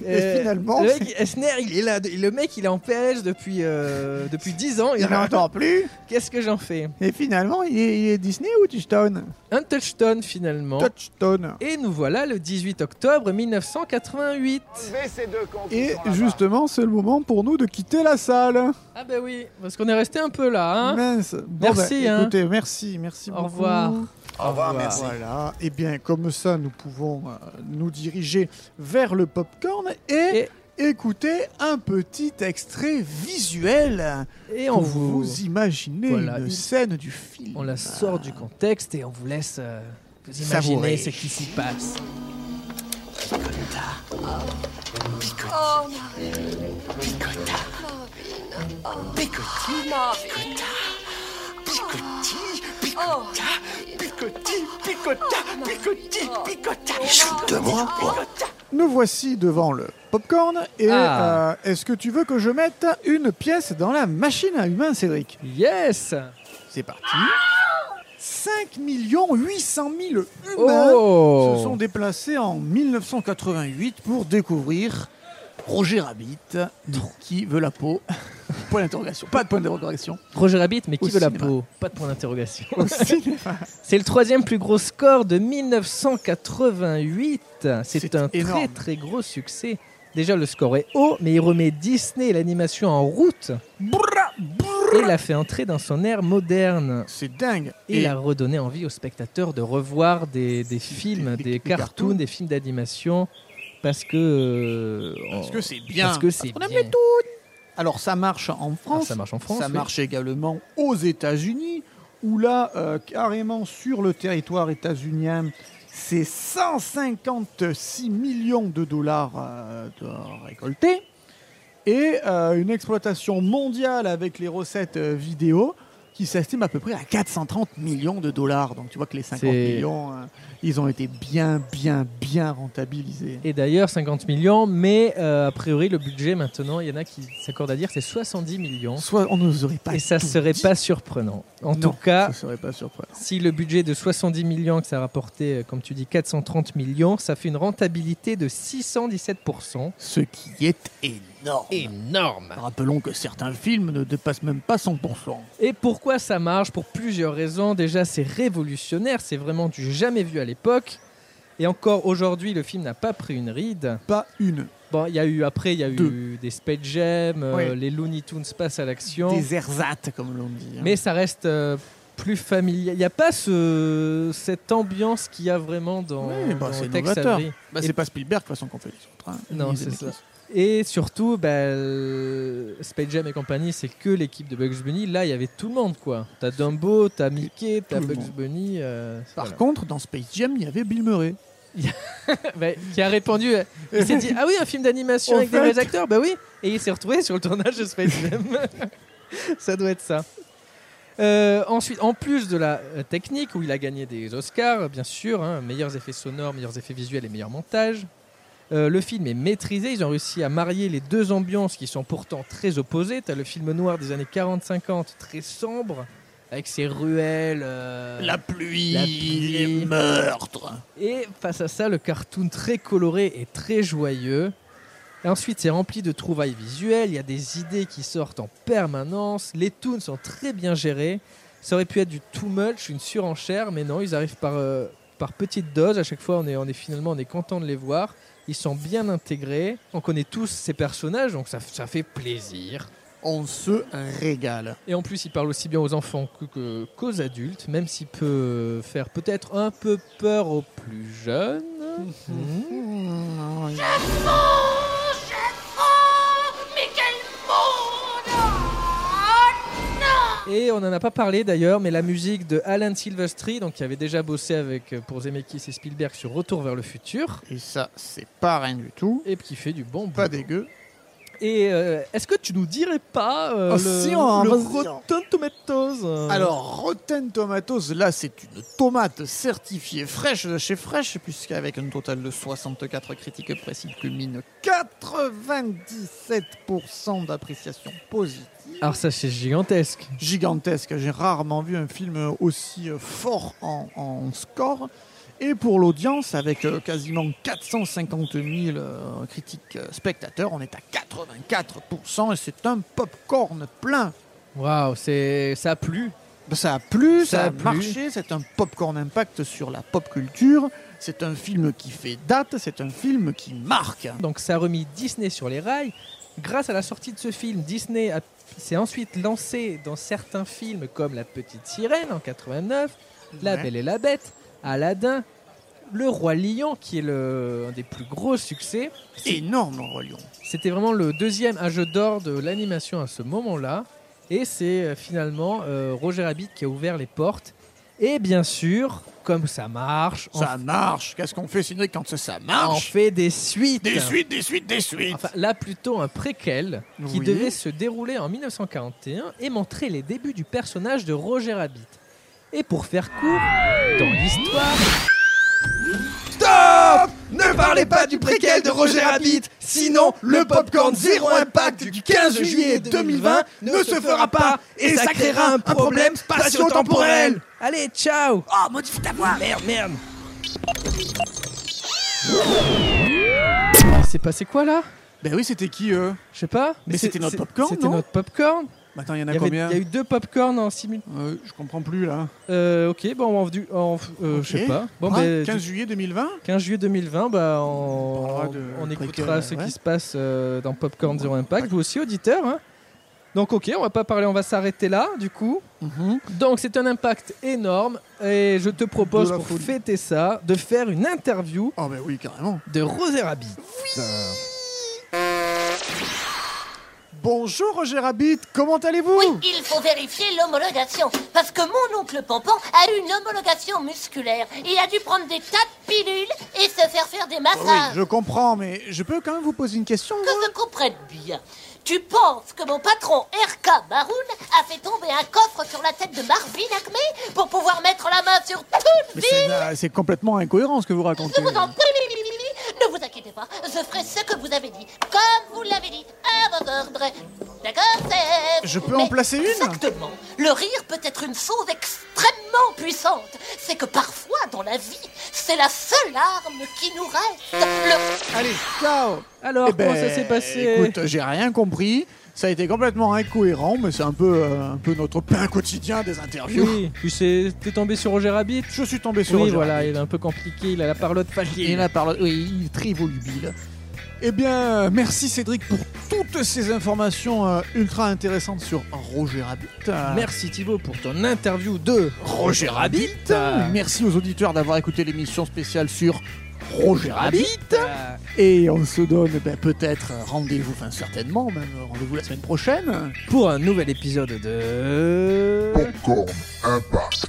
Speaker 1: Euh,
Speaker 2: Et finalement,
Speaker 1: le mec, Esner, il est là, le mec, il est en PLS depuis euh, depuis 10 ans. Il
Speaker 2: Il
Speaker 1: est là,
Speaker 2: n'entend plus.
Speaker 1: Qu'est-ce que j'en fais
Speaker 2: Et finalement, il est, il est Disney ou Touchdown
Speaker 1: Un Touchstone finalement.
Speaker 2: Touchdown.
Speaker 1: et nous voilà le 18 octobre 1988.
Speaker 2: Et justement, c'est le moment pour nous de quitter la salle.
Speaker 1: Ah bah oui, parce qu'on est resté un peu là. hein.
Speaker 2: Mince. Bon,
Speaker 1: Merci,
Speaker 2: bah,
Speaker 1: hein.
Speaker 2: écoutez, merci, merci
Speaker 1: Au
Speaker 2: beaucoup. Ah,
Speaker 1: revoir.
Speaker 7: Au
Speaker 1: Ah,
Speaker 7: revoir, merci.
Speaker 2: Voilà, et bien comme ça, nous pouvons euh, nous diriger vers le popcorn et, écouter un petit extrait visuel
Speaker 1: Et
Speaker 2: pour
Speaker 1: on vous,
Speaker 2: vous imaginer
Speaker 1: Voilà,
Speaker 2: une
Speaker 1: il-
Speaker 2: scène du film.
Speaker 1: on la sort du contexte et on vous laisse euh, vous
Speaker 2: Savourer.
Speaker 1: imaginer ce qui s'y passe.
Speaker 8: Oh, Marvin. Marvin. Picotine. Marvin.
Speaker 5: Picotti,
Speaker 8: Oh,
Speaker 5: picotti, picota, picotti, picota.
Speaker 7: De moi quoi
Speaker 2: Nous voici devant le popcorn et
Speaker 1: Ah.
Speaker 2: euh, est-ce que tu veux que je mette une pièce dans la machine à humains, Cédric
Speaker 1: Yes
Speaker 2: C'est parti. 5 800 000 humains
Speaker 1: Oh
Speaker 2: se sont déplacés en 1988 pour découvrir Roger Rabbit, qui veut la peau. Point d'interrogation. Pas de point d'interrogation.
Speaker 1: Roger Rabbit, mais qui
Speaker 2: Au
Speaker 1: veut la
Speaker 2: cinéma.
Speaker 1: peau Pas de point d'interrogation.
Speaker 2: Au cinéma.
Speaker 1: C'est le troisième plus gros score de 1988. C'est
Speaker 2: C'est
Speaker 1: un très
Speaker 2: énorme.
Speaker 1: très gros succès. Déjà le score est haut, mais il remet Disney et l'animation en route et l'a fait entrer dans son ère moderne.
Speaker 2: C'est dingue.
Speaker 1: Et il a redonné envie aux spectateurs de revoir des, des films,
Speaker 2: Des-
Speaker 1: des,
Speaker 2: des
Speaker 1: cartoons,
Speaker 2: cartoons.
Speaker 1: des films d'animation, parce que... euh,
Speaker 2: parce
Speaker 1: on-
Speaker 2: que c'est bien.
Speaker 1: parce que c'est
Speaker 2: on aime
Speaker 1: bien.
Speaker 2: les tout. Alors ça marche en France.
Speaker 1: Ah, ça marche en France,
Speaker 2: Ça
Speaker 1: oui.
Speaker 2: marche également aux États-Unis, où là, euh, carrément sur le territoire états-unien, c'est 156 millions de dollars euh, de récoltés et euh, une exploitation mondiale avec les recettes euh, vidéo qui s'estime à peu près à 430 millions de dollars. Donc tu vois que les 50
Speaker 1: C'est-
Speaker 2: millions, euh, ils ont été bien, bien, bien rentabilisés.
Speaker 1: Et d'ailleurs, 50 millions, mais euh, a priori, le budget maintenant, il y en a qui s'accordent à dire c'est 70 millions.
Speaker 2: Soit on n'oserait pas.
Speaker 1: Et ça
Speaker 2: tout
Speaker 1: serait
Speaker 2: dit.
Speaker 1: pas surprenant. En
Speaker 2: Non,
Speaker 1: tout cas,
Speaker 2: ça serait pas surprenant.
Speaker 1: si le budget de 70 millions que ça a rapporté, euh, comme tu dis, 430 millions, ça fait une rentabilité de 617%.
Speaker 2: Ce qui est énorme.
Speaker 1: Énorme
Speaker 2: Bah, Rappelons que certains films ne dépassent même pas 100%.
Speaker 1: Et pourquoi ça marche Pour plusieurs raisons. Déjà, c'est révolutionnaire, c'est vraiment du jamais vu à l'époque. Et encore aujourd'hui, le film n'a pas pris une ride.
Speaker 2: Pas une.
Speaker 1: Bon, il y a eu après, il y a eu
Speaker 2: Deux.
Speaker 1: des Space Jam, euh,
Speaker 2: Oui.
Speaker 1: les Looney Tunes passent à l'action.
Speaker 2: Des ersatz, comme l'on dit. hein.
Speaker 1: Mais ça reste euh, plus familier. Il n'y a pas ce, cette ambiance qu'il y a vraiment dans,
Speaker 2: Oui, bah,
Speaker 1: dans
Speaker 2: c'est
Speaker 1: Tex
Speaker 2: novateur.
Speaker 1: Avery.
Speaker 2: Bah,
Speaker 1: Et-
Speaker 2: c'est pas Spielberg, de toute façon, qu'on fait les autres. hein.
Speaker 1: Non,
Speaker 2: Ni
Speaker 1: c'est
Speaker 2: Zemeckis.
Speaker 1: ça. Et surtout, bah, le- Space Jam et compagnie, c'est que l'équipe de Bugs Bunny. Là, il y avait tout le monde, quoi. T'as Dumbo, t'as Mickey, t'as
Speaker 2: le
Speaker 1: Bugs
Speaker 2: monde.
Speaker 1: Bunny. euh,
Speaker 2: Par
Speaker 1: voilà.
Speaker 2: contre, dans Space Jam, il y avait Bill Murray.
Speaker 1: Bah, qui a répondu. euh, Il s'est dit Ah oui, un film d'animation
Speaker 2: Au
Speaker 1: avec des
Speaker 2: fait.
Speaker 1: vrais acteurs Bah oui. Et il s'est retrouvé sur le tournage de Space Jam. ça doit être ça. Euh, ensuite, en plus de la euh, technique où il a gagné des Oscars, bien sûr, hein, meilleurs effets sonores, meilleurs effets visuels et meilleurs montages, euh, le film est maîtrisé. Ils ont réussi à marier les deux ambiances qui sont pourtant très opposées. T'as le film noir des années 40-50, très sombre, avec ses ruelles. euh,
Speaker 2: La pluie,
Speaker 1: La pluie.
Speaker 2: les meurtres.
Speaker 1: et face à ça, le cartoon très coloré et très joyeux. Et ensuite, c'est rempli de trouvailles visuelles, il y a des idées qui sortent en permanence, les toons sont très bien gérés. Ça aurait pu être du too much, une surenchère, mais non, ils arrivent par, euh, par petites doses. À chaque fois, on est, on est finalement on est content de les voir. Ils sont bien intégrés. On connaît tous ces personnages, donc ça, ça fait plaisir.
Speaker 2: On se régale.
Speaker 1: Et en plus, il parle aussi bien aux enfants que- que- qu'aux adultes, même s'il peut faire peut-être un peu peur aux plus jeunes.
Speaker 4: Oh, je oh, mais quel monde Oh, non
Speaker 1: Et on n'en a pas parlé d'ailleurs, mais la musique de Alan Silvestri, donc qui avait déjà bossé avec euh, pour Zemeckis et Spielberg sur Retour vers le futur,
Speaker 2: Et ça, c'est pas rien du tout.
Speaker 1: et qui fait du bon
Speaker 2: Pas
Speaker 1: boulot.
Speaker 2: dégueu.
Speaker 1: Et euh, est-ce que tu nous dirais pas euh,
Speaker 2: Oh,
Speaker 1: le,
Speaker 2: si, on-
Speaker 1: le
Speaker 2: vas-y.
Speaker 1: Rotten Tomatoes euh,
Speaker 2: Alors, Rotten Tomatoes, là, c'est une tomate certifiée fraîche de chez Fresh, puisqu'avec un total de 64 critiques précises culmine 97% d'appréciation positive.
Speaker 1: Alors Ah, ça c'est gigantesque.
Speaker 2: Gigantesque, j'ai rarement vu un film aussi euh, fort en, en score. Et pour l'audience, avec euh, quasiment 450 000 euh, critiques euh, spectateurs, on est à 84% et c'est un popcorn plein.
Speaker 1: Waouh, c'est ça a plu.
Speaker 2: Ben, Ça a plu, ça,
Speaker 1: Ça a
Speaker 2: a,
Speaker 1: plu.
Speaker 2: marché, c'est un popcorn impact sur la pop culture, c'est un film qui fait date, c'est un film qui marque.
Speaker 1: Donc ça a remis Disney sur les rails. Grâce à la sortie de ce film, Disney a- s'est ensuite lancé dans certains films comme La Petite Sirène en 89, La
Speaker 2: Ouais.
Speaker 1: Belle et la Bête, Aladdin, Le Roi Lion qui est le, un des plus gros succès.
Speaker 2: Énorme, Relion.
Speaker 1: C'était vraiment le deuxième à jeu d'or de l'animation à ce moment-là. Et c'est euh, finalement euh, Roger Rabbit qui a ouvert les portes. Et bien sûr, comme ça marche, on,
Speaker 2: Ça marche. Qu'est-ce qu'on fait, Cédric, quand ça, ça
Speaker 1: on
Speaker 2: marche
Speaker 1: fait des suites.
Speaker 2: Des suites, des suites, des suites
Speaker 1: Enfin, là plutôt un préquel qui
Speaker 2: Oui.
Speaker 1: devait se dérouler en 1941 et montrer les débuts du personnage de Roger Rabbit. Et pour faire court, dans l'histoire,
Speaker 2: Stop Ne parlez pas du préquel de Roger Rabbit, sinon le popcorn zéro impact du 15 juillet 2020 ne se fera pas et ça créera un problème spatio-temporel. Ben
Speaker 1: Allez, ciao
Speaker 5: Oh, modifie ta voix Merde, merde
Speaker 1: C'est passé quoi là
Speaker 2: Ben oui, c'était qui eux
Speaker 1: Je sais pas.
Speaker 2: Mais
Speaker 1: c'est-
Speaker 2: c'était notre
Speaker 1: c'est-
Speaker 2: popcorn,
Speaker 1: C'était
Speaker 2: non
Speaker 1: notre popcorn.
Speaker 2: Attends, il y en
Speaker 1: Il
Speaker 2: a
Speaker 1: y, avait-
Speaker 2: combien
Speaker 1: il y a eu deux popcorn en simultané.
Speaker 2: Euh, Je comprends plus là.
Speaker 1: Euh, ok, bon, on, du- on- euh, je sais
Speaker 2: Ok.
Speaker 1: pas. Bon,
Speaker 2: Ah,
Speaker 1: ben,
Speaker 2: 15 juillet 2020
Speaker 1: 15 juillet 2020, bah,
Speaker 2: On
Speaker 1: on,
Speaker 2: parlera de
Speaker 1: on
Speaker 2: préquel,
Speaker 1: écoutera ce
Speaker 2: ouais.
Speaker 1: qui se passe euh, dans Popcorn Zero Impact. Vous aussi, auditeurs. hein. Donc, ok, on va pas parler, on va s'arrêter là, du coup.
Speaker 2: Mm-hmm.
Speaker 1: Donc, c'est un impact énorme. Et je te propose,
Speaker 2: De la
Speaker 1: pour
Speaker 2: folie.
Speaker 1: fêter ça, de faire une interview
Speaker 2: Oh ben oui, carrément.
Speaker 1: de Roger Rabbit.
Speaker 2: Bonjour Roger Rabbit, comment allez-vous
Speaker 10: Oui, il faut vérifier l'homologation. Parce que mon oncle Pompon a eu une homologation musculaire. Il a dû prendre des tas de pilules et se faire faire des
Speaker 2: Ah oui,
Speaker 10: massages.
Speaker 2: je comprends, mais je peux quand même vous poser une question
Speaker 10: Que je comprenne bien. Tu penses que mon patron RK Maroun a fait tomber un coffre sur la tête de Marvin Acme pour pouvoir mettre la main sur toute
Speaker 2: Mais
Speaker 10: le
Speaker 2: c'est,
Speaker 10: ville
Speaker 2: euh, c'est complètement incohérent ce que vous
Speaker 10: Je
Speaker 2: racontez.
Speaker 10: vous en prie, ne vous inquiétez pas, je ferai ce que vous avez dit, comme vous l'avez dit, à vos ordres. D'accord, c'est...
Speaker 2: Je peux en placer une
Speaker 10: Exactement. Le rire peut être une chose extrêmement puissante. C'est que parfois, dans la vie, c'est la seule arme qui nous reste. Le...
Speaker 2: Allez, ciao
Speaker 1: Alors,
Speaker 2: Eh ben,
Speaker 1: comment ça s'est passé
Speaker 2: Écoute, j'ai rien compris. Ça a été complètement incohérent, mais c'est un peu, euh, un peu notre pain quotidien des interviews.
Speaker 1: Oui, tu sais, t'es tombé sur Roger Rabbit
Speaker 2: Je suis tombé sur
Speaker 1: Oui,
Speaker 2: Roger
Speaker 1: voilà,
Speaker 2: Rabbit.
Speaker 1: il est un peu compliqué, il a la parlotte facile.
Speaker 2: Il a la parlotte, oui, il est très volubile. Eh bien, merci Cédric pour toutes ces informations euh, ultra intéressantes sur Roger Rabbit. Euh,
Speaker 1: Merci Thibaut pour ton interview de
Speaker 2: Roger Rabbit.
Speaker 1: Euh,
Speaker 2: Merci aux auditeurs d'avoir écouté l'émission spéciale sur Roger Rabbit.
Speaker 1: Euh,
Speaker 2: Et on se donne ben, peut-être rendez-vous, enfin certainement, même rendez-vous la semaine prochaine.
Speaker 1: Pour un nouvel épisode de.
Speaker 11: Popcorn Impact.